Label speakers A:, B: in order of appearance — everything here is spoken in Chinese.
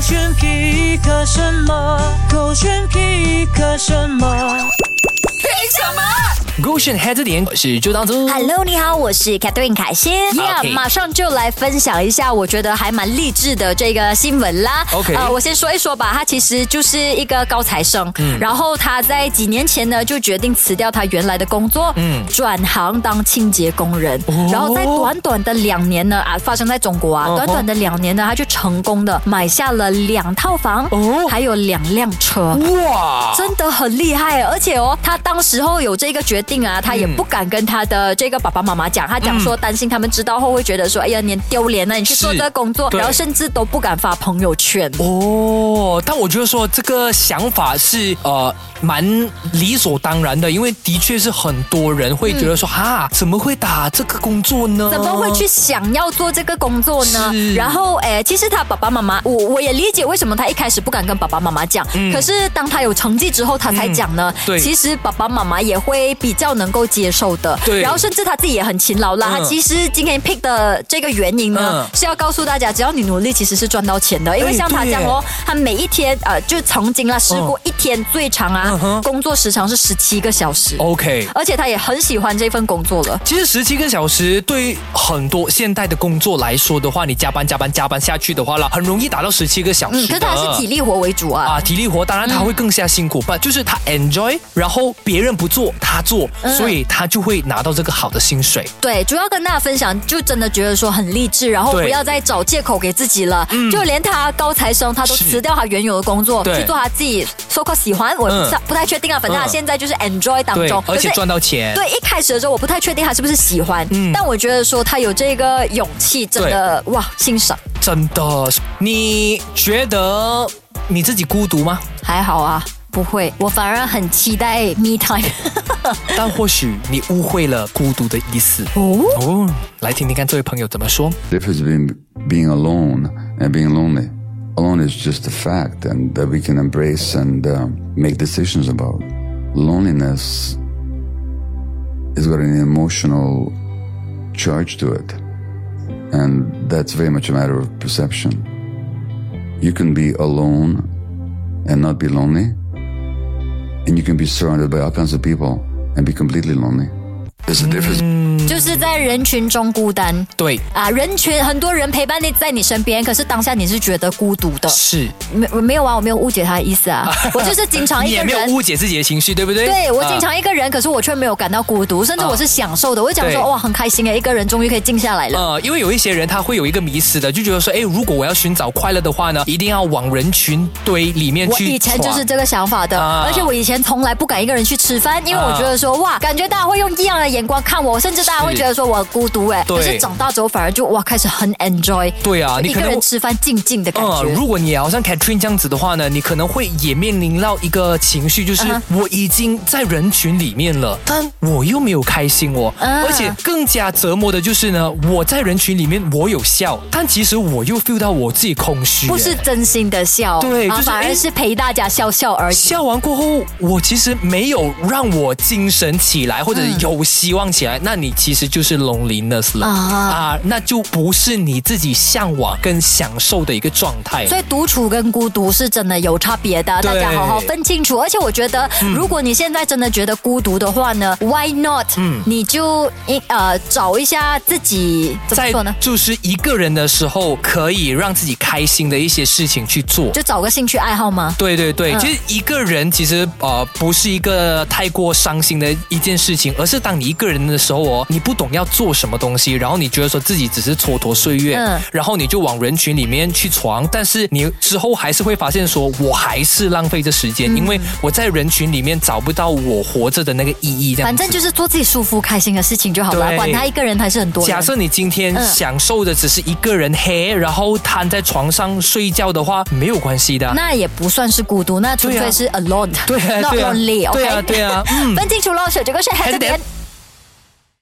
A: 选皮克什么？狗选皮克什么？
B: 勾选黑字点，我是周当中。
C: Hello，你好，我是 Catherine 凯欣。呀
B: OK
C: 马上就来分享一下，我觉得还蛮励志的这个新闻啦。
B: OK
C: 呃，我先说一说吧，他其实就是一个高材生，
B: 嗯
C: 然后他在几年前呢就决定辞掉他原来的工作，
B: 嗯
C: 转行当清洁工人，
B: 哦
C: 然后在短短的两年呢啊，发生在中国啊，
B: 哦
C: 短短的两年呢，他就成功的买下了两套房，
B: 哦
C: 还有两辆车，
B: 哇，
C: 真的很厉害，而且哦，他当时候有这个决定啊，他也不敢跟他的这个爸爸妈妈讲，他讲说担心他们知道后会觉得说，哎呀，你很丢脸啊，你去
B: 嗯
C: 做
B: 是
C: 这个工作，
B: 对
C: 然后甚至都不敢发朋友圈。
B: 哦，但我觉得说这个想法是呃蛮理所当然的，因为的确是很多人会觉得说哈、怎么会打这个工作呢？
C: 嗯怎么会去想要做这个工作呢
B: 哦是？
C: 然后，诶，其实他爸爸妈妈，我我也理解为什么他一开始不敢跟爸爸妈妈讲。可是当他有成绩之后，他才讲呢。
B: 嗯对
C: 其实爸爸妈妈也会比较能够接受的。
B: 对
C: 然后甚至他自己也很勤劳啦。
B: 嗯
C: 他其实今天 pick 的这个原因
B: 嗯
C: 呢，是要告诉大家，只要你努力，其实是赚到钱的。因为
B: 哎
C: 像他这样哦，他每一天呃，就曾经啦试过一天最长
B: 嗯
C: 啊
B: 哼，哦
C: 工作时长是十七个小时，
B: ？OK，
C: 而且他也很喜欢这份工作了。
B: 其实十七个小时对很多现代的工作来说的话，你加班加班加班下去的话啦，很容易达到十七个小时
C: 嗯，
B: 的。
C: 可是他还是体力活嗯为主
B: 啊，体力活当然他会更加辛苦，但、就是他 enjoy，然后别人不做他做，
C: 嗯
B: 所以他就会拿到这个好的薪水。
C: 对，主要跟大家分享，就真的觉得说很励志，然后
B: 对
C: 不要再找借口给自己了。
B: 嗯
C: 就连他高材生，他都
B: 是
C: 辞掉他原有的工作，
B: 对
C: 去做他自己 so called 喜欢，我也不知道不太确定啊，反正他
B: 嗯
C: 现在就是 enjoy 当
B: 对
C: 中，，
B: 而且
C: 可是
B: 赚到钱。
C: 对，一开始的时候我不太确定他是不是喜欢，
B: 嗯
C: 但我觉得说他有这个勇气，真的哇，欣赏
B: 真的，你觉得你自己孤独 吗？
C: 还好啊，不会，我反而很期待 me time
B: 但或许你误会了孤独的意思。
C: 哦。
B: 哦，来听听看这位朋友怎么说。
D: difference between being alone and being lonely. Alone is just a fact, and that we can embrace and um, make decisions about. Loneliness has got an emotional charge to it, and that's very much a matter of perception. You can be alone and not be lonely, and you can be surrounded by all kinds of people and be completely lonely. There's a difference.
C: 就是在人群中孤单
B: 对，
C: 啊，人群很多人陪伴你在你身边，可是当下你是觉得孤独的。
B: 是，
C: 没我没有啊，我没有误解他的意 思啊，我就是经常
B: 你
C: 一
B: 也
C: 个
B: 没有
C: 人。
B: 误解自己的情绪，对不对？
C: 对，我
B: 啊
C: 经常一个人，可是我却没有感到孤独，甚至我是享受的。我就讲说，
B: 对
C: 哇，很开心哎，一个人终于可以静下来了。
B: 呃，因为有一些人他会有一个迷失的，就觉得说，哎，如果我要寻找快乐的话呢，一定要往人群堆里面
C: 我
B: 去。
C: 以前就是。这个想法的，
B: 啊
C: 而且我以前从来不敢一个人去吃饭，因为我觉得说，哇，感觉大家会用异样的眼光看我，甚至大家会
B: 是
C: 觉得说我孤独哎。
B: 对
C: 可是长大之后反而就哇，开始很 enjoy，
B: 对啊，你
C: 一
B: 可
C: 个
B: 能
C: 人吃饭静静的感
B: 呃，
C: 觉。
B: 如果你也好像 Catherine 这样子的话呢，你可能会也面临到一个情绪，就是
C: 嗯
B: 我已经在人群里面了，但我又没有开心哦。
C: 啊
B: 而且更加折磨的就是呢，我在人群里面我有笑，但其实我又 feel 到我自己空虚。
C: 不是
B: 哎
C: 真心的笑，
B: 对
C: 啊
B: 就是
C: 反
B: 哎
C: 而是陪大家笑笑而已。
B: 笑完过后，我其实没有让我精神起来，或者
C: 嗯
B: 有希望起来，那你其实就是 loneliness 了
C: 啊
B: 啊，那就不是你自己向往跟享受的一个状态了。
C: 所以独处跟孤独是真的有差别的，
B: 对嗯
C: 大家好好分清楚。而且我觉得，如果你现在真的觉得孤独的话呢，Why not？、你
B: 嗯
C: 就一呃找一下自己怎么
B: 在
C: 说呢？
B: 就是一个人的时候，可以让自己开心的一些事情去做。
C: 就找个兴趣爱好吗？
B: 对对对，
C: 嗯
B: 其实一个人其实呃不是一个太过伤心的一件事情，而是当你一个人的时候哦，你不懂要做什么东西，然后你觉得说自己只是蹉跎岁月，
C: 嗯
B: 然后你就往人群里面去闯，但是你之后还是会发现说，我还是浪费这时
C: 嗯
B: 间，因为我在人群里面找不到我活着的那个意义，这样
C: 反
B: 子
C: 正就是做自己舒服、开心的事情就好了，
B: 对
C: 管他一个人还是很多人。
B: 假设你今天
C: 嗯
B: 享受的只是一个人黑，然后瘫在床上睡觉的话，没有关系的。
C: 那也不算是孤独，那纯
B: 对啊
C: 粹是 alone，
B: 对啊
C: not
B: 对啊
C: lonely，OK？
B: 对啊对啊，嗯。
C: 分清楚了，选这个是 h
B: 点
C: a 点。